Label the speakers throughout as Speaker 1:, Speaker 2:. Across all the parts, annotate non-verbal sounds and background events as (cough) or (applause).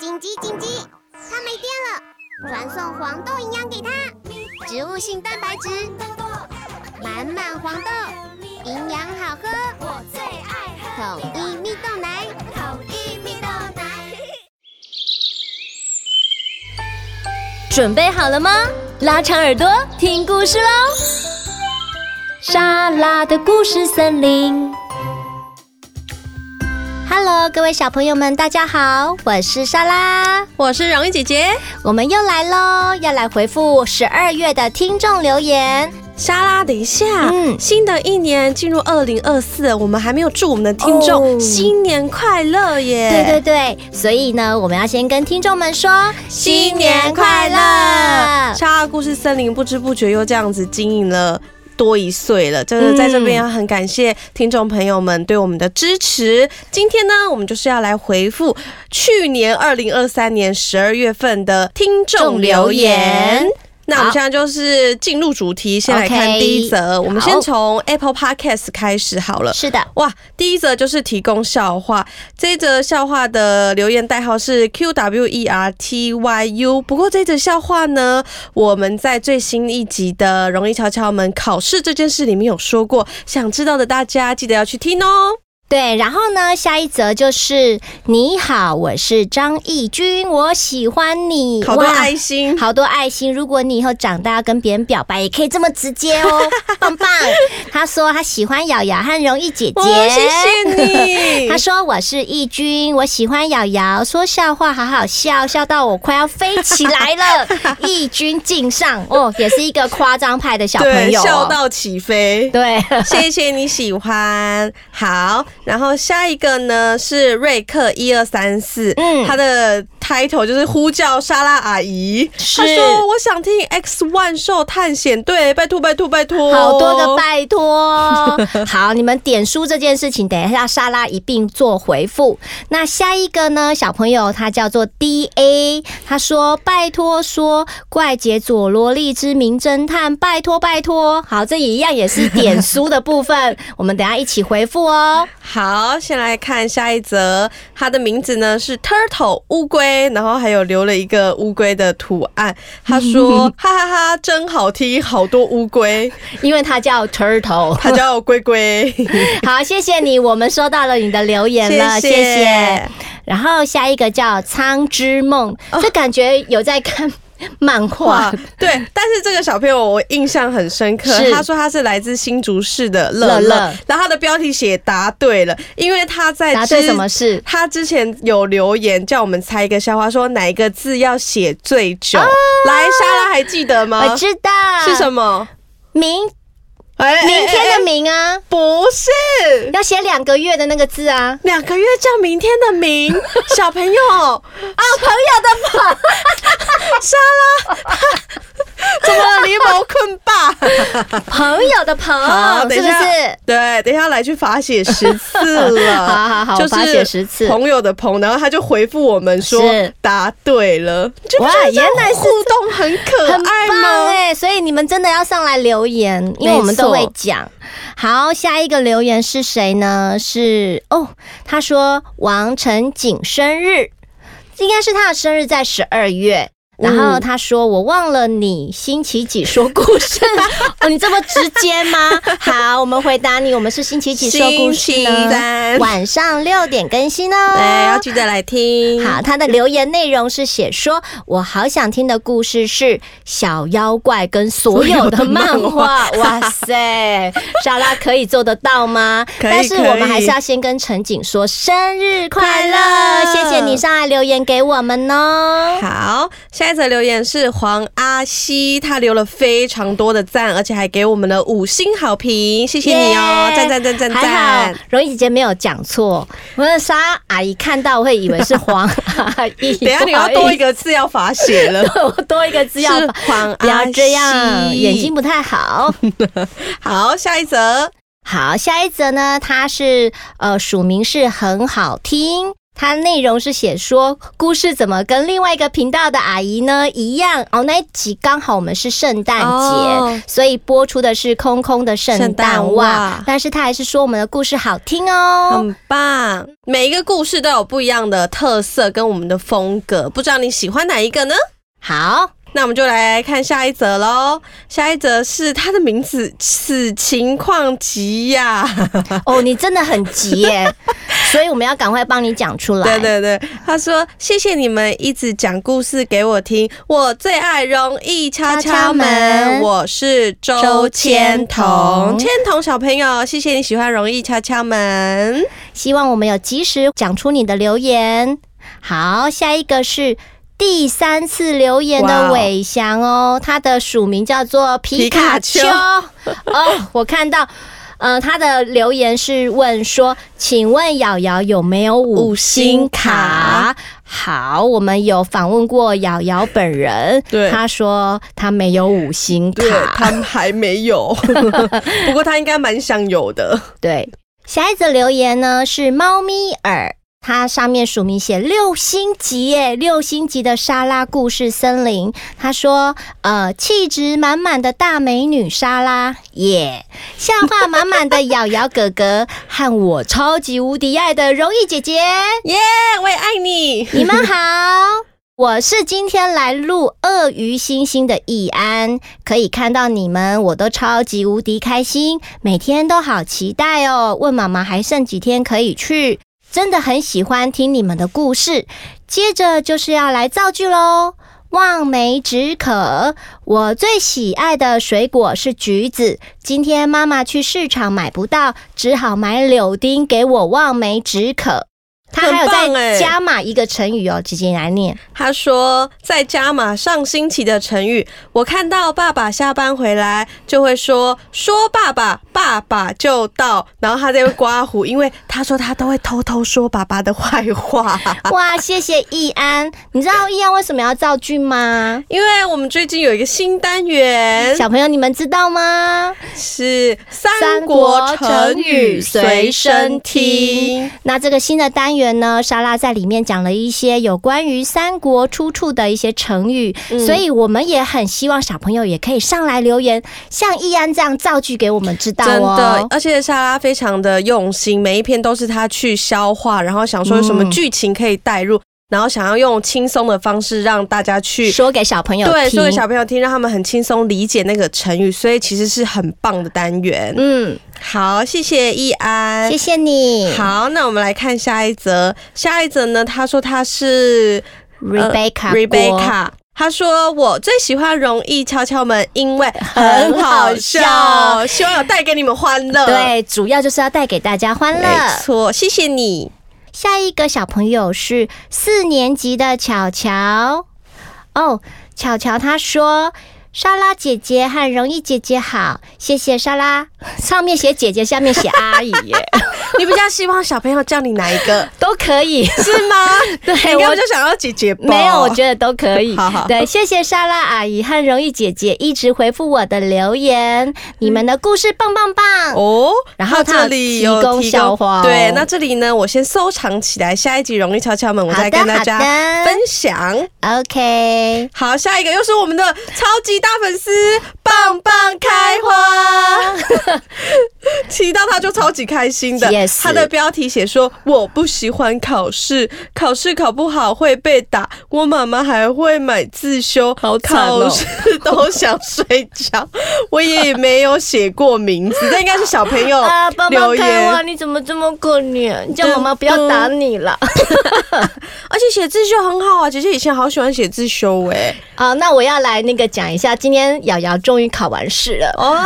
Speaker 1: 紧急紧急！它没电了，传送黄豆营养给它，植物性蛋白质，满满黄豆，营养好喝，
Speaker 2: 我最爱
Speaker 1: 统一蜜豆奶。
Speaker 2: 喝统一蜜豆奶。
Speaker 3: 准备好了吗？拉长耳朵听故事喽！莎拉的故事森林，
Speaker 1: Hello，各位小朋友们，大家好，我是莎拉，
Speaker 4: 我是容易姐姐。
Speaker 1: 我们又来喽，要来回复十二月的听众留言。
Speaker 4: 莎拉，等一下，
Speaker 1: 嗯
Speaker 4: 新的一年进入二零二四，我们还没有祝我们的听众、
Speaker 1: 哦
Speaker 4: 新年快乐耶！
Speaker 1: 对对对，所以呢，我们要先跟听众们说
Speaker 4: 莎拉故事森林不知不觉又这样子经营了。多一岁了，真的在这边要很感谢听众朋友们对我们的支持。今天呢，我们就是要来回复去年二零二三年十二月份的听众留言。那我们现在就是进入主题，先来看
Speaker 1: OK
Speaker 4: 第一则。我们
Speaker 1: 好
Speaker 4: 先从 Apple Podcast 开始好了。
Speaker 1: 是的，
Speaker 4: 哇，第一则就是提供笑话，这一则笑话的留言代号是 Q W E R T Y U。不过这则笑话呢，我们在最新一集的《容易敲敲门》考试这件事里面有说过，想知道的大家记得要去听哦。
Speaker 1: 对。然后呢，下一则就是你好，我是张义军，我喜欢你。
Speaker 4: 好多
Speaker 1: 哇
Speaker 4: 爱心，
Speaker 1: 好多爱心。如果你以后长大要跟别人表白，也可以这么直接
Speaker 4: (laughs)
Speaker 1: 哦，棒棒。他说他喜欢瑶瑶和容易姐
Speaker 4: 哇，
Speaker 1: 姐，
Speaker 4: 哦谢谢
Speaker 1: (laughs)
Speaker 4: 你
Speaker 1: 他。说我是义军，我喜欢瑶瑶，说笑话好好笑，笑到我快要飞起来
Speaker 4: (laughs)
Speaker 1: 了。义军敬上哦，也是一个夸张派的小朋
Speaker 4: 对，
Speaker 1: 友、哦，
Speaker 4: 笑到起飞。
Speaker 1: 对，
Speaker 4: 谢谢你喜欢。好，然后下一个呢是瑞克一二三四，
Speaker 1: 嗯
Speaker 4: 他的 title 就是呼叫莎拉阿姨。
Speaker 1: 是
Speaker 4: 他说我想听 X 万兽探险队，拜托拜托拜托，
Speaker 1: 好多个拜托。 (laughs) 好，你们点书这件事情，等一下莎拉一并做回复。那下一个呢，小朋友他叫做 D A，他说拜托说怪杰佐罗利之名侦探，拜托拜托。好，这一样也是点书的部分， (laughs) 我们等一下一起回复哦。
Speaker 4: 好，先来看下一则，它的名字呢是 Turtle 乌龟，然后还有留了一个乌龟的图案。
Speaker 1: (laughs)
Speaker 4: 他说哈哈哈，真好听，好多乌龟，
Speaker 1: 因为他叫 Turtle。
Speaker 4: 它叫龟龟。
Speaker 1: 好，谢谢你，我们收到了你的留言了，(laughs)
Speaker 4: 谢
Speaker 1: 谢
Speaker 4: 谢
Speaker 1: 谢。然后下一个叫《苍之梦》，这感觉有在看漫画
Speaker 4: 哦哇，对，但是这个小朋友我印象很深刻
Speaker 1: 是，
Speaker 4: 他说他是来自新竹市的乐
Speaker 1: 乐乐
Speaker 4: 乐，然后他的标题写答对了，因为他在
Speaker 1: 答对
Speaker 4: 之
Speaker 1: 什么事？
Speaker 4: 他之前有留言叫我们猜一个笑话，说哪一个字要写最久？来，莎拉还记得
Speaker 1: 啊我
Speaker 4: 吗？
Speaker 1: 知道
Speaker 4: 是什么？
Speaker 1: 明
Speaker 4: 哎哎
Speaker 1: 明
Speaker 4: 哎
Speaker 1: 天
Speaker 4: 哎
Speaker 1: 的明啊，
Speaker 4: 不是。
Speaker 1: 要写两个月的那个字啊。
Speaker 4: 两个月叫明天的
Speaker 1: (laughs)
Speaker 4: 明，小朋友啊，
Speaker 1: 哦
Speaker 4: 朋友的朋，莎拉，怎么了？狸毛困吧？
Speaker 1: 朋友的朋
Speaker 4: 好，
Speaker 1: 友是
Speaker 4: 等
Speaker 1: 不
Speaker 4: 一下，
Speaker 1: 是？
Speaker 4: 对，等一下来去罚写十次
Speaker 1: (laughs)
Speaker 4: 了。
Speaker 1: 好好好我
Speaker 4: 就是
Speaker 1: 罚写10次
Speaker 4: 朋友的朋，然后他就回复我们说
Speaker 1: 是
Speaker 4: 答对了。就
Speaker 1: 哇
Speaker 4: 觉得这样
Speaker 1: 原来是
Speaker 4: 互动很可
Speaker 1: 很
Speaker 4: 爱
Speaker 1: 棒
Speaker 4: 吗？
Speaker 1: 哎、所以你们真的要上来留言，因为我们都会讲。好，下一个留言是谁呢？是哦，他说王晨景生日，应该是他的生日在十二月。然后他说：“我忘了你星期几说故
Speaker 4: (laughs)
Speaker 1: 事、 (laughs) 哦，你这么直接吗？好，我们回答你，我们是星期几说故事
Speaker 4: 星期
Speaker 1: 呢？
Speaker 4: 三
Speaker 1: 晚上六点更新哦。
Speaker 4: 对，哎要记得来听。
Speaker 1: 好，他的留言内容是写说，我好想听的故事是小妖怪跟所有的
Speaker 4: (laughs)
Speaker 1: 漫画。哇塞，莎拉可以做得到吗？
Speaker 4: 可以
Speaker 1: 但是我
Speaker 4: 可
Speaker 1: 们
Speaker 4: 以
Speaker 1: 还是要先跟陈景说生日快乐，
Speaker 4: 快乐
Speaker 1: 谢谢你上来留言给我们哦。
Speaker 4: 好，下一则留言是黄阿西，他留了非常多的赞，而且还给我们了五星好评，谢谢你哦，
Speaker 1: 耶
Speaker 4: 赞赞赞赞
Speaker 1: 还好
Speaker 4: 赞！，
Speaker 1: 容易姐姐没有讲错。我的莎拉阿姨看到会以为是黄阿姨，
Speaker 4: (laughs) 等一下你要多一
Speaker 1: 个，
Speaker 4: 个字要罚写了，
Speaker 1: 我多一个 (laughs) 字要
Speaker 4: 是
Speaker 1: 吧，
Speaker 4: 黄
Speaker 1: 不
Speaker 4: 阿
Speaker 1: 要
Speaker 4: 西，
Speaker 1: 这样，眼睛不太好。
Speaker 4: 好，下一则。
Speaker 1: 好，下一则呢，它是呃署名是很好听。它内容是写说故事怎么跟另外一个频道的阿姨呢一样哦。那一集刚好我们是圣诞节，
Speaker 4: 哦
Speaker 1: 所以播出的是空空的圣
Speaker 4: 圣
Speaker 1: 诞
Speaker 4: 诞
Speaker 1: 袜
Speaker 4: 袜，
Speaker 1: 但是他还是说我们的故事好听哦。
Speaker 4: 很棒，每一个故事都有不一样的特色跟我们的风格，不知道你喜欢哪一个呢？
Speaker 1: 好，
Speaker 4: 那我们就来看下一则喽。下一则是它的名字“此情况极呀、
Speaker 1: 哦，你真的很急 (laughs) 耶，所以我们要赶快帮你讲出来。
Speaker 4: 对对对，他说：“谢谢你们一直讲故事给我听，我最爱容易敲敲门。
Speaker 1: 敲敲门
Speaker 4: 我是周千
Speaker 1: 周
Speaker 4: 彤，
Speaker 1: 千
Speaker 4: 千彤小朋友，谢谢你喜欢容易敲敲门。
Speaker 1: 希望我们有及时讲出你的留言。好，下一个是第三次留言的伟翔哦，他的署名叫做皮卡丘。
Speaker 4: 皮
Speaker 1: 哦，我看到。呃，他的留言是问说，请问瑶瑶有没有五星卡？好，我们有访问过瑶瑶本人，
Speaker 4: 对
Speaker 1: 他说他没有五星卡，
Speaker 4: 们还没 (laughs) 有，不过他应该蛮想有的。
Speaker 1: 对，下一则留言呢是猫咪耳，它上面署名写六星级耶，六星级的沙拉故事森林。他说，呃，气质满满的大美女沙拉耶笑话满满的瑶瑶哥哥和我超级无敌爱的容易姐姐，
Speaker 4: 耶、哎我也爱你。
Speaker 1: 你们好。我是今天来录鳄鱼星星的易安，可以看到你们，我都超级无敌开心，每天都好期待哦。问妈妈还剩几天可以去，真的很喜欢听你们的故事。接着就是要来造句喽。望梅止渴，我最喜爱的水果是橘子。今天妈妈去市场买不到，只好买柳丁给我望梅止渴。他还有
Speaker 4: 很棒
Speaker 1: 再
Speaker 4: 欸
Speaker 1: 加码一个成语哦，姐姐来念。
Speaker 4: 他说，在加码上星期的成语，我看到爸爸下班回来就会说说爸爸，爸爸就到，然后他在刮胡，因为他说他都会偷偷说爸爸的坏 (laughs) 话。
Speaker 1: 哇，谢谢易安。你知道易安为什么要造句吗？
Speaker 4: 因为我们最近有一个新单元
Speaker 1: 小朋友，你们知道吗？
Speaker 4: 是三国成语随身听，
Speaker 1: 那这个新的单元呢，莎拉在里面讲了一些有关于三国出处的一些成语，
Speaker 4: 嗯
Speaker 1: 所以我们也很希望小朋友也可以上来留言，像易安这样造句给我们知道
Speaker 4: 真的呃
Speaker 1: 哦，。
Speaker 4: 而且莎拉非常的用心，每一篇都是她去消化，然后想说有什么
Speaker 1: 嗯
Speaker 4: 剧情可以带入，然后想要用轻松的方式让大家去
Speaker 1: 说给小朋友
Speaker 4: 对，
Speaker 1: 听
Speaker 4: 说给。小朋友听，让他们很轻松理解那个成语，所以其实是很棒的单元。
Speaker 1: 嗯，
Speaker 4: 好，谢谢易安
Speaker 1: 谢。谢你。
Speaker 4: 呃好，那我们来看下一则。下一则呢，他说他是
Speaker 1: ，Rebecca，郭
Speaker 4: 呃 Rebecca。他说：“我最喜欢容易敲敲门，因为 (laughs) 很好笑
Speaker 1: 很好笑，
Speaker 4: 希望有带给你们欢乐。，
Speaker 1: 对，主要就是要带给大家欢乐
Speaker 4: 呃没。错，谢谢你。
Speaker 1: 下一个小朋友是四年级的巧巧。哦，巧巧她说：“莎拉姐姐和容易姐姐好，谢谢莎拉。” (laughs) 上面写姐姐，下面写阿姨耶， (laughs)
Speaker 4: 你比较希望小朋友叫你哪一个？
Speaker 1: 都可以。 (laughs)
Speaker 4: 是 (laughs) 吗？
Speaker 1: 对
Speaker 4: 你根
Speaker 1: 哎我
Speaker 4: 本就想要姐姐吧？
Speaker 1: 没有，我觉得都可以。
Speaker 4: (laughs) 好好
Speaker 1: 对，谢谢莎拉阿姨和容易姐姐一直回复我的留言，你们的故事棒棒棒。
Speaker 4: 哦，
Speaker 1: 然后它
Speaker 4: 这
Speaker 1: 有
Speaker 4: 里
Speaker 1: 提
Speaker 4: 有
Speaker 1: 供笑话哦
Speaker 4: 对，那这里呢，我先收藏起来，下一集容易敲敲门，我
Speaker 1: 好
Speaker 4: 再
Speaker 1: 的
Speaker 4: 跟大
Speaker 1: 好
Speaker 4: 家
Speaker 1: 的
Speaker 4: 分享。
Speaker 1: OK，
Speaker 4: 好，下一个又是我们的超级大粉丝棒棒开 (laughs) 花，提到他就超级开心的。
Speaker 1: Yes
Speaker 4: 他的标题写说：“我不喜欢考试，考试考不好会被打，我妈妈还会买自修，
Speaker 1: 好惨哦
Speaker 4: 考试都想睡觉。”我也没有写过 (laughs) 名字，这应该是小朋友
Speaker 1: 啊，棒棒
Speaker 4: 哦留
Speaker 1: 开
Speaker 4: 言
Speaker 1: 花，。你怎么这么可怜？叫妈妈不要打你了。
Speaker 4: 而且写自修很好啊，姐姐以前好喜欢写自修哎、
Speaker 1: 好，那我要来那个讲一下，今天瑶瑶终于考完试了。
Speaker 4: 哦，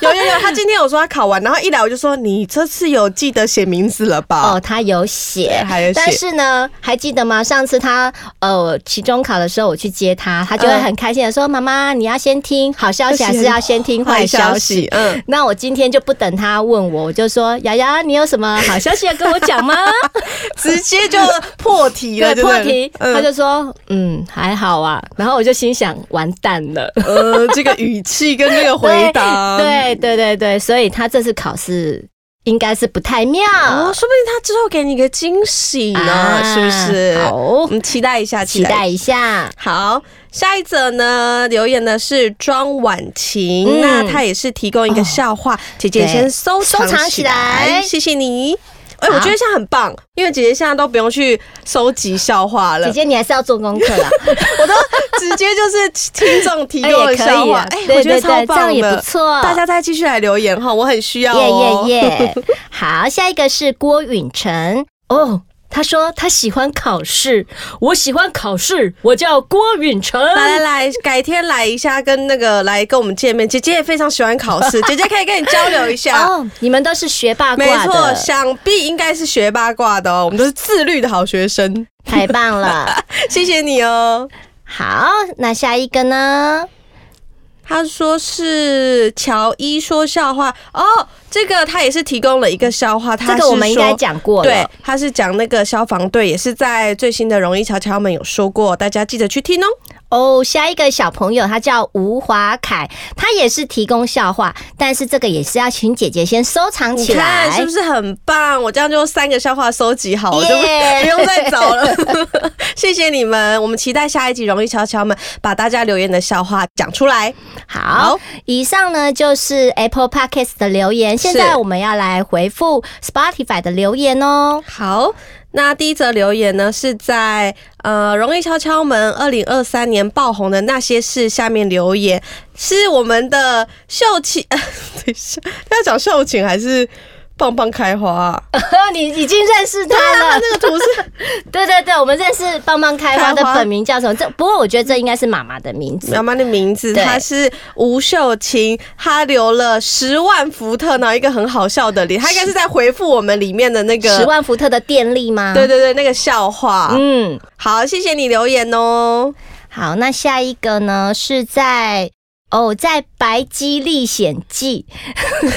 Speaker 4: 有有有，他今天有说他考完，然后一来我就说你这次有记得写名字了吧？
Speaker 1: 哦，她有写
Speaker 4: 对，还有写
Speaker 1: 但是呢，还记得吗？上次她呃期中考的时候，我去接她，她就会
Speaker 4: 嗯
Speaker 1: 很开心的说：“妈妈，你要先听好消息，还是要先听坏消息？”，
Speaker 4: 嗯，
Speaker 1: (laughs) 那我今天就不等她问我，我就说：“瑶瑶，你有什么好消息要跟我讲
Speaker 4: (laughs)
Speaker 1: 吗
Speaker 4: 直接就破？”题了，
Speaker 1: 对，
Speaker 4: 对不
Speaker 1: 破
Speaker 4: 对 (laughs)
Speaker 1: 题，她
Speaker 4: 嗯
Speaker 1: 就说：“嗯，还好啊。”然后我就心想：“完蛋了。” (laughs)
Speaker 4: 呃，这个语气跟这个回答，
Speaker 1: 对对对对，所以他这次考试应该是不太妙。
Speaker 4: 哦，说不定他之后给你个惊喜呢，
Speaker 1: 啊
Speaker 4: 是不是？
Speaker 1: 好
Speaker 4: 我们期待一下，
Speaker 1: 期待一下。
Speaker 4: 好，下一则呢，留言的是庄婉晴，
Speaker 1: 嗯
Speaker 4: 那她也是提供一个笑话，姐姐
Speaker 1: 对
Speaker 4: 先收
Speaker 1: 收藏
Speaker 4: 藏
Speaker 1: 起
Speaker 4: 起
Speaker 1: 来
Speaker 4: 来，谢谢你。哎、我觉得现在很棒，因为姐姐现在都不用去收集笑话了，
Speaker 1: 姐姐，你还是要做功课
Speaker 4: (laughs)
Speaker 1: 啦，
Speaker 4: 我都直接就是听众提
Speaker 1: 哎
Speaker 4: 供的
Speaker 1: 也可
Speaker 4: 笑
Speaker 1: 以
Speaker 4: 话
Speaker 1: 啊，
Speaker 4: 哎、，我
Speaker 1: 对
Speaker 4: 觉
Speaker 1: 对
Speaker 4: 得超
Speaker 1: 对，这样
Speaker 4: 棒
Speaker 1: 也不
Speaker 4: 的。
Speaker 1: 错。
Speaker 4: 大家再继续来留言哈，我很需要哦。
Speaker 1: 耶耶耶！好，下一个是郭允成哦。他说他喜欢考试，我喜欢考试，我叫郭允成。
Speaker 4: 来来来，改天来一下，跟那个来跟我们见面。姐姐也非常喜欢考
Speaker 1: (laughs)
Speaker 4: 试，姐姐可以跟你交流一下。
Speaker 1: 哦，你们都是学霸
Speaker 4: 没
Speaker 1: 挂
Speaker 4: 错，
Speaker 1: 的，
Speaker 4: 想必应该是学八卦的哦，我们都是自律的好学生， (laughs)
Speaker 1: 太棒了。
Speaker 4: 谢谢你哦。
Speaker 1: 好，那下一个呢？
Speaker 4: 他说是乔伊说笑话哦，这个他也是提供了一个笑话，他
Speaker 1: 这
Speaker 4: 是
Speaker 1: 个我们应该
Speaker 4: 说
Speaker 1: 讲过
Speaker 4: 对
Speaker 1: 了。，
Speaker 4: 他是讲那个消防队，也是在最新的《容易乔乔们》有说过，大家记得去听哦。
Speaker 1: 哦，下一个小朋友他叫吴华凯，他也是提供笑话，但是这个也是要请姐姐先收藏
Speaker 4: 你
Speaker 1: 起
Speaker 4: 看
Speaker 1: 来，
Speaker 4: 是不是很棒？我这样就三个笑话收集好了，
Speaker 1: 耶
Speaker 4: 就不不用再找
Speaker 1: (laughs)
Speaker 4: 了。谢谢你们，我们期待下一集《容易乔乔们》把大家留言的笑话讲出来。
Speaker 1: 好，
Speaker 4: 好
Speaker 1: 以上呢就是 Apple Podcast 的留言，现在我们要来回复 Spotify 的留言
Speaker 4: (laughs)
Speaker 1: 哦。
Speaker 4: 好，那第一则留言呢是在呃《容易敲敲门》二零二三年爆红的那些事下面留言，是我们的秀琴，呃、 (laughs) 等一下要讲秀琴还是棒棒开花、啊？
Speaker 1: 你已经认识他了，
Speaker 4: (laughs) 那个图是
Speaker 1: (laughs) 对对对，我们认识棒棒开花的
Speaker 4: 开花
Speaker 1: 本名叫什么？这不过我觉得这应该是妈妈的名字
Speaker 4: (laughs) 妈。妈的名字，
Speaker 1: 对
Speaker 4: 她是吴秀琴，她留了十万伏特呢，一个很好笑的脸，她应该是在回复我们里面的那个
Speaker 1: 十。万伏特的电力吗？
Speaker 4: 对对对，那个笑话。
Speaker 1: 嗯，
Speaker 4: 好，谢谢你留言哦。
Speaker 1: 好，那下一个呢是在哦，在《白鸡历险
Speaker 4: (laughs)
Speaker 1: 记》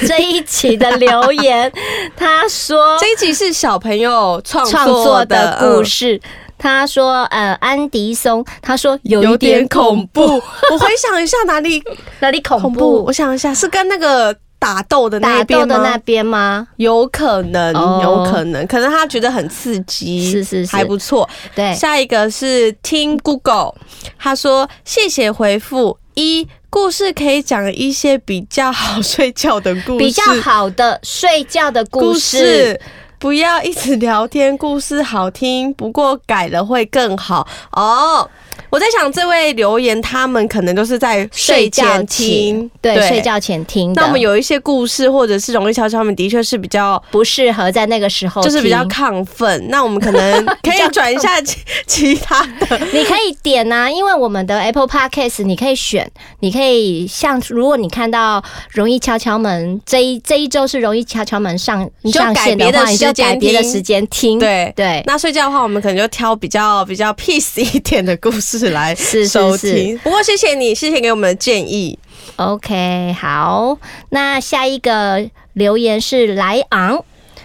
Speaker 1: 这一集的留言，他说
Speaker 4: (laughs) 这一集是小朋友创嗯
Speaker 1: 创作的故
Speaker 4: 事。
Speaker 1: 事。他说：“呃，安迪松，他说有
Speaker 4: 有
Speaker 1: 一点
Speaker 4: 点
Speaker 1: 恐
Speaker 4: 恐
Speaker 1: 怖，
Speaker 4: 怖。 (laughs) 我回想一下哪里
Speaker 1: 哪里恐
Speaker 4: 恐
Speaker 1: 怖？
Speaker 4: 怖，我想一下，是跟那个打斗的那
Speaker 1: 打
Speaker 4: 一边
Speaker 1: 斗
Speaker 4: 吗
Speaker 1: 的那边吗？
Speaker 4: 有可能，
Speaker 1: 哦
Speaker 4: 有可能，可能他觉得很刺激，
Speaker 1: 是是是哎
Speaker 4: 还不错。
Speaker 1: 对，
Speaker 4: 下一个是听 Google，他说谢谢回复一。故事可以讲一些比较好睡觉的故事，
Speaker 1: 比较好的睡觉的故事。
Speaker 4: 不要一直聊天，故事好听，不过改了会更好哦。我在想，这位留言他们可能都是在睡前听，
Speaker 1: 对，睡。觉前听的。
Speaker 4: 那我们有一些故事，或者是容易悄悄，他们的确是比较。
Speaker 1: 不适合在那个时候听，
Speaker 4: 就是比较亢奋，那我们可
Speaker 1: (laughs)
Speaker 4: 能可以转一下其其他的。
Speaker 1: 你可以点呐、因为我们的 Apple Podcast 你可以选，你可以像如果你看到容易敲敲门这一这一周是容易敲敲门上
Speaker 4: 你就
Speaker 1: 上线的
Speaker 4: 改别
Speaker 1: 话，
Speaker 4: 的
Speaker 1: 你就
Speaker 4: 时间
Speaker 1: 改别的
Speaker 4: 听
Speaker 1: 时间听。
Speaker 4: 对
Speaker 1: 对，
Speaker 4: 那睡觉的话，我们可能就挑比较比较 peace 一点的故事来
Speaker 1: 是是
Speaker 4: 收听。
Speaker 1: 是
Speaker 4: 不过谢谢你，谢谢给我们的建议。
Speaker 1: OK，好，那下一个留言是莱昂。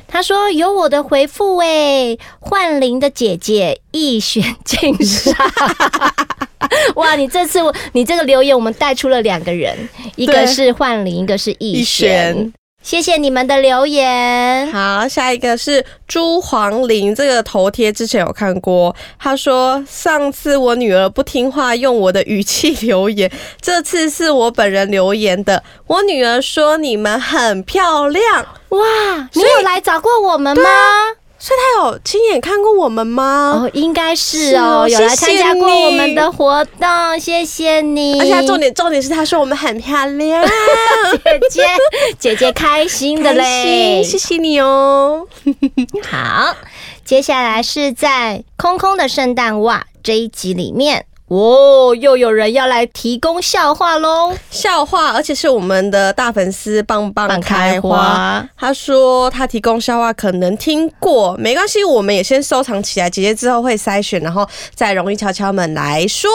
Speaker 1: 他说：“有我的回复诶，幻灵的姐姐一选尽 (laughs) 杀。哇，你这次我你这个留言，我们带出了两个人，一个
Speaker 4: 对
Speaker 1: 是幻灵，一个是易
Speaker 4: 一
Speaker 1: 璇
Speaker 4: 璇。
Speaker 1: 谢谢你们的留言。
Speaker 4: 好，下一个是朱黄玲，这个头贴之前有看过。她说上次我女儿不听话，用我的语气留言，这次是我本人留言的。我女儿说你们很漂亮，
Speaker 1: 哇，你有来找过我们吗？
Speaker 4: 所以她有亲眼看过我们吗？
Speaker 1: 哦，应该是哦，
Speaker 4: 是
Speaker 1: 有
Speaker 4: 哦
Speaker 1: 来参加
Speaker 4: 谢谢
Speaker 1: 过
Speaker 4: 你
Speaker 1: 我们的活动，谢谢你。 (laughs)
Speaker 4: 而且她重点重点是她说我们很漂亮，
Speaker 1: 姐姐，姐姐开心的嘞
Speaker 4: 开心。谢谢你哦。
Speaker 1: 好，接下来是在空空的圣诞袜这一集里面。哦，又有人要来提供笑话喽！
Speaker 4: 笑话，而且是我们的大粉丝棒棒开花。，他说他提供笑话可能听过，没关系，我们也先收藏起来，姐姐之后会筛选，然后再容易敲敲门来说。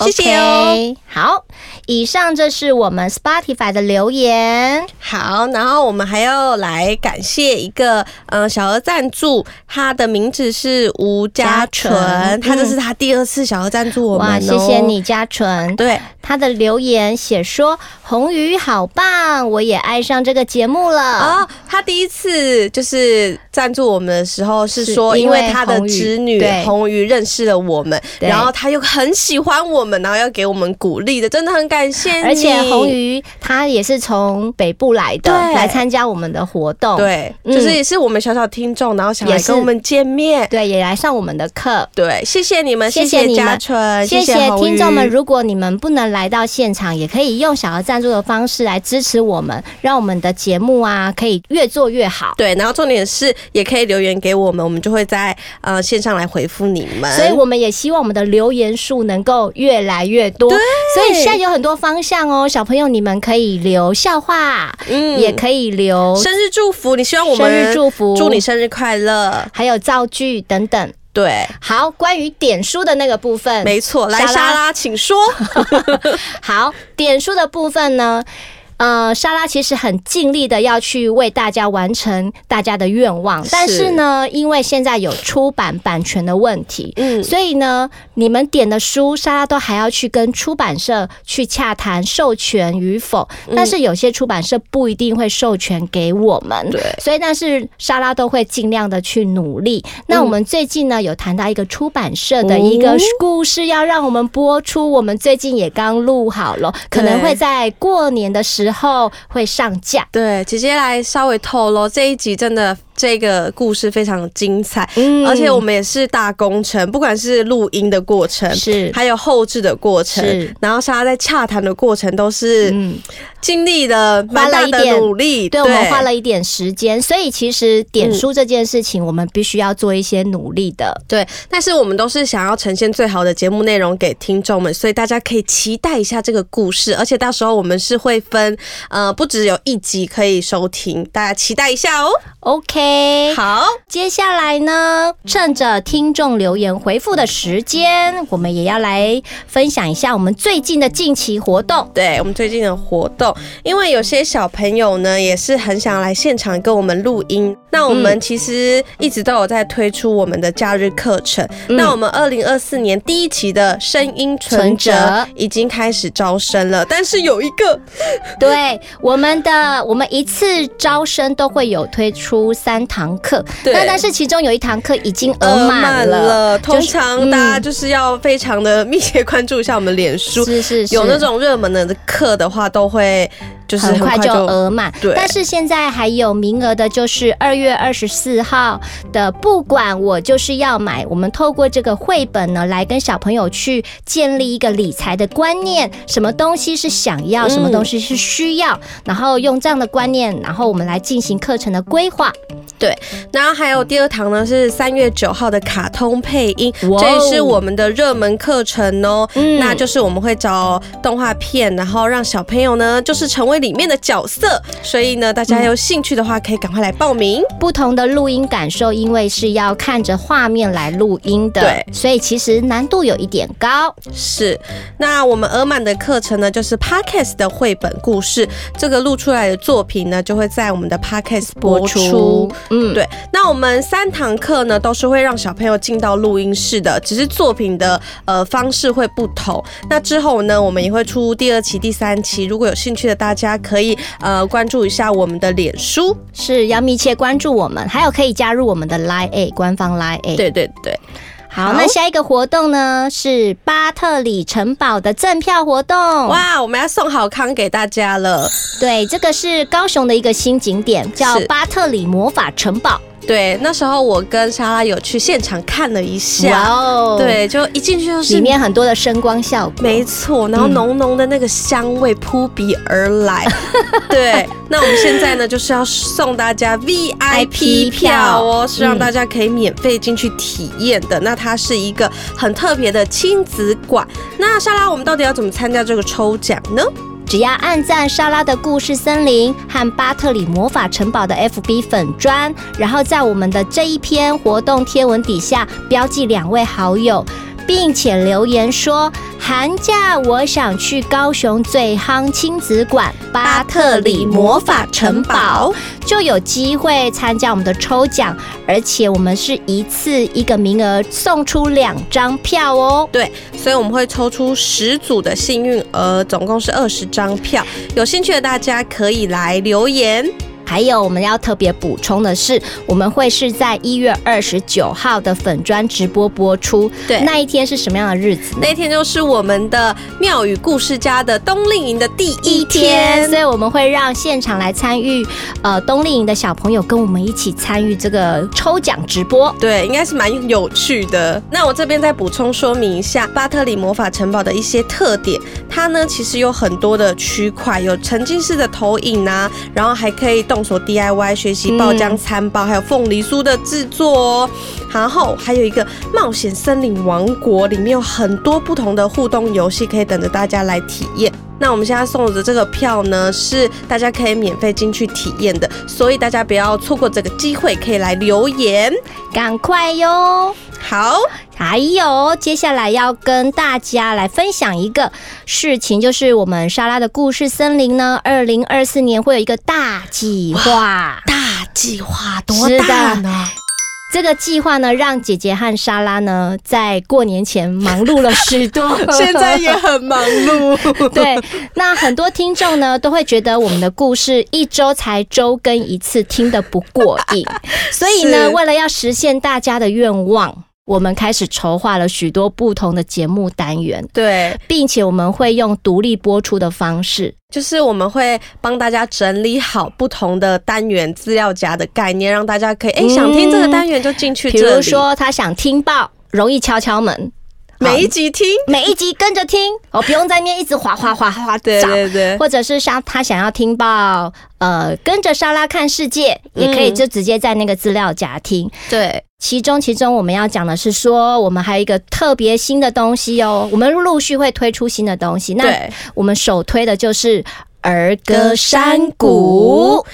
Speaker 4: 谢谢哦。
Speaker 1: OK，好，以上这是我们 Spotify 的留言，
Speaker 4: 好，然后我们还要来感谢一个呃小额赞助，他的名字是吴嘉纯
Speaker 1: 嘉纯，
Speaker 4: 他这是他第二次小额赞助我们、哦，
Speaker 1: 哇，谢谢。你，嘉纯。
Speaker 4: 对，
Speaker 1: 他的留言写说：“红鱼好棒，我也爱上这个节目了。
Speaker 4: 哦，他第一次就是赞助我们的时候是说，
Speaker 1: 是
Speaker 4: 因
Speaker 1: 因为
Speaker 4: 为他的侄女
Speaker 1: 红鱼对
Speaker 4: 红鱼认识了我们，
Speaker 1: 对
Speaker 4: 然后他又很喜欢我们，然后要给我们鼓励的，真的很感谢你。
Speaker 1: 而且红鱼他也是从北部来的，
Speaker 4: 对
Speaker 1: 来参加我们的活动，
Speaker 4: 对，
Speaker 1: 嗯
Speaker 4: 就是也是我们小小听众，然后想来
Speaker 1: 也是
Speaker 4: 跟我们见面。
Speaker 1: 对，也来上我们的课。
Speaker 4: 对，谢谢你们，
Speaker 1: 谢谢
Speaker 4: 谢
Speaker 1: 你们
Speaker 4: 嘉纯，
Speaker 1: 谢
Speaker 4: 呃谢
Speaker 1: 谢
Speaker 4: 红
Speaker 1: 听众们，
Speaker 4: 鱼
Speaker 1: 如果你们不能来到现场，也可以用小额赞助的方式来支持我们，让我们的节目啊可以越做越好。
Speaker 4: 对，然后重点是也可以留言给我们，我们就会在呃线上来回复你们。
Speaker 1: 所以我们也希望我们的留言数能够越来越多。所以现在有很多方向哦，小朋友你们可以留笑话，
Speaker 4: 嗯
Speaker 1: 也可以留
Speaker 4: 生日祝福，你希望我
Speaker 1: 生
Speaker 4: 们
Speaker 1: 日祝福，
Speaker 4: 祝你生日快乐。
Speaker 1: 还有造句等等。
Speaker 4: 对，
Speaker 1: 好，关于点书的那个部分，
Speaker 4: 没错，来
Speaker 1: 莎拉
Speaker 4: 莎嗯拉，请 (laughs) 说。
Speaker 1: 好，点数的部分呢，呃，莎拉其实很尽力的要去为大家完成大家的愿望，
Speaker 4: 是
Speaker 1: 但是呢，因为现在有出版版权的问题。
Speaker 4: 嗯，
Speaker 1: 所以呢，你们点的书，莎拉都还要去跟出版社去洽谈授权与否。
Speaker 4: 嗯
Speaker 1: 但是有些出版社不一定会授权给我们，
Speaker 4: 对
Speaker 1: 所以但是莎拉都会尽量的去努力。那我们最近呢有谈到一个出版社的一个
Speaker 4: 嗯哦
Speaker 1: 故事，要让我们播出，我们最近也刚录好了，可能
Speaker 4: 对
Speaker 1: 会在过年的时候会上架。
Speaker 4: 对，姐姐来稍微透露这一集真的这个故事非常精彩，
Speaker 1: 嗯
Speaker 4: 而且我们也是大工程，不管是录音的过程。
Speaker 1: 是
Speaker 4: 还有后置的过程
Speaker 1: 是，
Speaker 4: 然后莎拉在洽谈的过程都是
Speaker 1: 嗯，
Speaker 4: 经历了蛮大
Speaker 1: 花了一
Speaker 4: 的
Speaker 1: 点
Speaker 4: 努力，
Speaker 1: 对我们花了一点时间，所以其实点书这件事情，我们必须要做一些努力的。
Speaker 4: 对，但是我们都是想要呈现最好的节目内容给听众们，所以大家可以期待一下这个故事。而且到时候我们是会分，呃，不只有一集可以收听，大家期待一下哦。
Speaker 1: OK，
Speaker 4: 好，
Speaker 1: 接下来呢，趁着听众留言回复的时间，我们也要来分享一下我们最近的近期活动。
Speaker 4: 对我们最近的活动，因为有些小朋友呢也是很想来现场跟我们录音。那我
Speaker 1: 嗯
Speaker 4: 们其实一直都有在推出我们的假日课程。
Speaker 1: 嗯
Speaker 4: 那我们二零二四年第一期的声音
Speaker 1: 存
Speaker 4: 存折
Speaker 1: 折
Speaker 4: 已经开始招生了，但是有一个
Speaker 1: 对我们的，我们一次招生都会有推出三堂课，
Speaker 4: 对
Speaker 1: 那但是其中有一堂课已经额
Speaker 4: 额
Speaker 1: 满
Speaker 4: 满
Speaker 1: 了，
Speaker 4: 了。
Speaker 1: 就是嗯
Speaker 4: 通常大家就是要非常的密切关注一下我们脸书，
Speaker 1: 是是是，
Speaker 4: 有那种热门的课的话，都会就是
Speaker 1: 很
Speaker 4: 很
Speaker 1: 快
Speaker 4: 快
Speaker 1: 就嗯
Speaker 4: 就
Speaker 1: 额满。
Speaker 4: 对
Speaker 1: 但是现在还有名额的，就是二月二十四号的。不管我就是要买，我们透过这个绘本呢，来跟小朋友去建立一个理财的观念，什么东西是想要，
Speaker 4: 嗯
Speaker 1: 什么东西是需要，然后用这样的观念，然后我们来进行课程的规划。
Speaker 4: 然后还有第二堂呢是三月九号的卡通配音，
Speaker 1: 哇哦
Speaker 4: 这也是我们的热门课程哦。
Speaker 1: 嗯
Speaker 4: 那就是我们会找动画片，然后让小朋友呢就是成为里面的角色。所以呢，大家有兴趣的话，可以赶快来报名。
Speaker 1: 不同的录音感受，因为是要看着画面来录音的，
Speaker 4: 对，
Speaker 1: 所以其实难度有一点高。
Speaker 4: 是，那我们额满的课程呢，就是 Podcast 的绘本故事，这个录出来的作品呢，就会在我们的 Podcast 播出。
Speaker 1: 嗯，
Speaker 4: 对，那我们三堂课呢，都是会让小朋友进到录音室的，只是作品的呃方式会不同。那之后呢，我们也会出第二期、第三期，如果有兴趣的大家可以呃关注一下我们的脸书。
Speaker 1: 是要密切关注我们，还有可以加入我们的 Line A 官方 Line A。，
Speaker 4: 对对对，
Speaker 1: 好，
Speaker 4: 好
Speaker 1: 那下一个活动呢是巴特里城堡的赠票活动。哇，
Speaker 4: 哇，我们要送好康给大家了。
Speaker 1: 对，这个是高雄的一个新景点，叫
Speaker 4: 是
Speaker 1: 巴特里魔法城堡。
Speaker 4: 对，那时候我跟莎拉有去现场看了一下。
Speaker 1: 哦，，
Speaker 4: 啊对，就一进去就是
Speaker 1: 里面很多的声光效果。
Speaker 4: 没错，然后
Speaker 1: 嗯
Speaker 4: 浓浓的那个香味扑鼻而来。
Speaker 1: (laughs)
Speaker 4: 对，那我们现在呢，就是要送大家 VIP 票哦，是让大家可以免费进去体验的。
Speaker 1: 嗯
Speaker 4: 那它是一个很特别的亲子馆。那莎拉，我们到底要怎么参加这个抽奖呢？
Speaker 1: 只要按赞莎拉的故事森林和巴特里魔法城堡的 FB 粉砖，然后在我们的这一篇活动贴文底下标记两位好友，并且留言说寒假我想去高雄最夯亲子馆巴特里魔法城堡，就有机会参加我们的抽奖，而且我们是一次一个名额送出两张票哦。
Speaker 4: 对，所以我们会抽出十组的幸运儿，总共是二十张票。有兴趣的大家可以来留言。
Speaker 1: 还有我们要特别补充的是，我们会是在一月二十九号的粉砖直播播出。
Speaker 4: 对
Speaker 1: 那一天是什么样的日子呢？
Speaker 4: 那天就是我们的妙语故事家的冬令营的第一天，
Speaker 1: 所以我们会让现场来参与，呃，冬令营的小朋友跟我们一起参与这个抽奖直播。
Speaker 4: 哦对，应该是蛮有趣的。那我这边再补充说明一下巴特里魔法城堡的一些特点。它呢其实有很多的区块，有沉浸式的投影啊，然后还可以动手 DIY 学习爆浆餐包，还有凤梨酥的制作哦。然后还有一个冒险森林王国，里面有很多不同的互动游戏可以等着大家来体验。那我们现在送的这个票呢，是大家可以免费进去体验的，所以大家不要错过这个机会，可以来留言。
Speaker 1: 赶快哟！
Speaker 4: 好，
Speaker 1: 还有，接下来要跟大家来分享一个事情，就是我们莎拉的故事森林呢，二零二四年会有一个大计划。
Speaker 4: 大计划
Speaker 1: 多大
Speaker 4: 呢？，
Speaker 1: 这个计划呢，让姐姐和莎拉呢，在过年前忙碌了许多
Speaker 4: (laughs) 现在也很忙 (laughs)
Speaker 1: (laughs)
Speaker 4: 碌。
Speaker 1: 对，那很多听众呢都会觉得我们的故事一周才周更一次，听得不过
Speaker 4: (laughs)
Speaker 1: 瘾。所以呢，
Speaker 4: 是
Speaker 1: 为了要实现大家的愿望，我们开始筹划了许多不同的节目单元，
Speaker 4: 对，
Speaker 1: 并且我们会用独立播出的方式。
Speaker 4: 就是我们会帮大家整理好不同的单元资料夹的概念，让大家可以哎、
Speaker 1: 嗯
Speaker 4: 想听这个单元就进去
Speaker 1: 比
Speaker 4: 这里。
Speaker 1: 如说，他想听报，容易敲敲门。
Speaker 4: 每一集听，
Speaker 1: 每一集跟着听，我不用在那边一直划划划划划
Speaker 4: 啊对
Speaker 1: 找，
Speaker 4: 对对
Speaker 1: 或者是莎他想要听报，呃，跟着莎拉看世界，也可以
Speaker 4: 嗯
Speaker 1: 就直接在那个资料夹听。
Speaker 4: 对
Speaker 1: 其中，其中我们要讲的是说，我们还有一个特别新的东西哦，我们陆续会推出新的东西。那
Speaker 4: 对。
Speaker 1: 我们首推的就是儿歌
Speaker 4: 歌
Speaker 1: 山
Speaker 4: 山
Speaker 1: 谷
Speaker 4: 谷，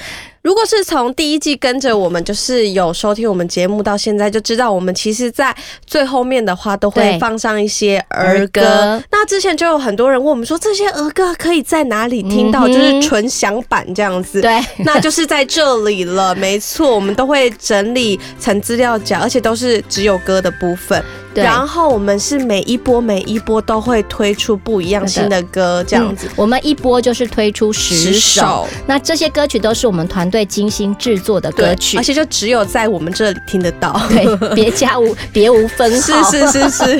Speaker 4: 如果是从第一季跟着我们，就是有收听我们节目到现在，就知道我们其实，在最后面的话都会
Speaker 1: 对
Speaker 4: 放上一些儿歌。
Speaker 1: 儿歌
Speaker 4: 那之前就有很多人问我们说，这些儿歌可以在哪里听到？
Speaker 1: 嗯哼
Speaker 4: 就是纯享版这样子。
Speaker 1: 对，
Speaker 4: (laughs) 那就是在这里了，没错，我们都会整理成资料夹，而且都是只有歌的部分。
Speaker 1: 对
Speaker 4: 然后我们是每一波每一波都会推出不一样新的歌，这样子
Speaker 1: 嗯。我们一波就是推出嗯十首，那这些歌曲都是我们团队精心制作的歌
Speaker 4: 对
Speaker 1: 曲
Speaker 4: 而，且就只有在我们这里听得到。
Speaker 1: 对，别加无别无分
Speaker 4: (laughs) 是
Speaker 1: 号，
Speaker 4: 是是是，所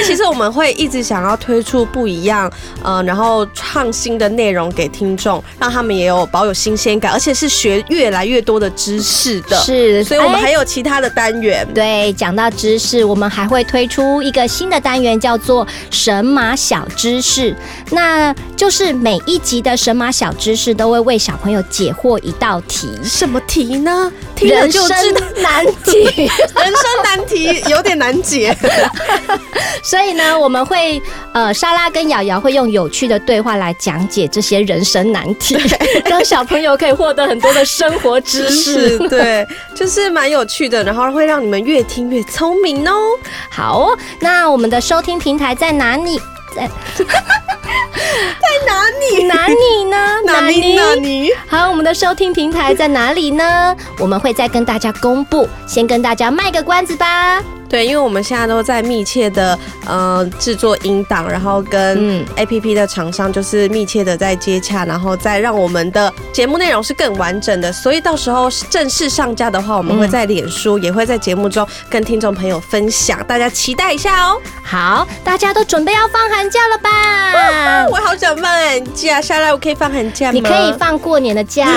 Speaker 4: 以其实我们会一直想要推出不一样，呃，然后创新的内容给听众，让他们也有保有新鲜感，而且是学越来越多的知识的。
Speaker 1: 是
Speaker 4: 所以我们
Speaker 1: 哎
Speaker 4: 还有其他的单元。
Speaker 1: 对，讲到知识，我们还会推出一个新的单元，叫做“神马小知识”。那就是每一集的神马小知识都会为小朋友解惑一道题，
Speaker 4: 什么题呢？听了
Speaker 1: 人
Speaker 4: 就
Speaker 1: 生
Speaker 4: 知道，
Speaker 1: 难题。 (laughs)
Speaker 4: 人生难题有点难 (laughs) 解。
Speaker 1: 所以呢，我们会呃，莎拉跟瑶瑶会用有趣的对话来讲解这些人生难题，让小朋友可以获得很多的生活知识。
Speaker 4: 对，就是蛮有趣的，然后会让你们越听越聪明哦。
Speaker 1: 好哦、那我们的收听平台在哪里？在在
Speaker 4: (laughs)
Speaker 1: 哪里？哪里呢？
Speaker 4: 纳尼纳尼，
Speaker 1: 好，我们的收听平台在哪里呢？我们会再跟大家公布，先跟大家卖个关子吧。
Speaker 4: 对，因为我们现在都在密切的呃制作音档，然后跟。
Speaker 1: 嗯，
Speaker 4: A P P 的厂商就是密切的在接洽，然后再让我们的节目内容是更完整的，所以到时候正式上架的话，我们会在脸书，也会在节目中跟听众朋友分享，大家期待一下哦。
Speaker 1: 好，大家都准备要放寒假了吧？
Speaker 4: 我好想放寒假，下来我可以放寒假吗？
Speaker 1: 你可以放过年的假，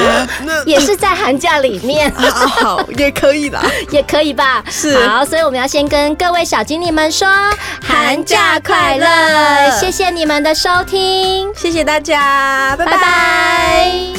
Speaker 1: 也是在寒假里 (laughs) 面，
Speaker 4: 啊， (laughs) 好，也可以啦。 (laughs)
Speaker 1: 也可以吧？
Speaker 4: 是
Speaker 1: 好，所以我们要先跟各位小精灵们说寒假快乐，
Speaker 4: 寒假快乐
Speaker 1: 谢谢你们的收听，
Speaker 4: 谢谢大家，拜
Speaker 1: 拜
Speaker 4: 拜
Speaker 1: 拜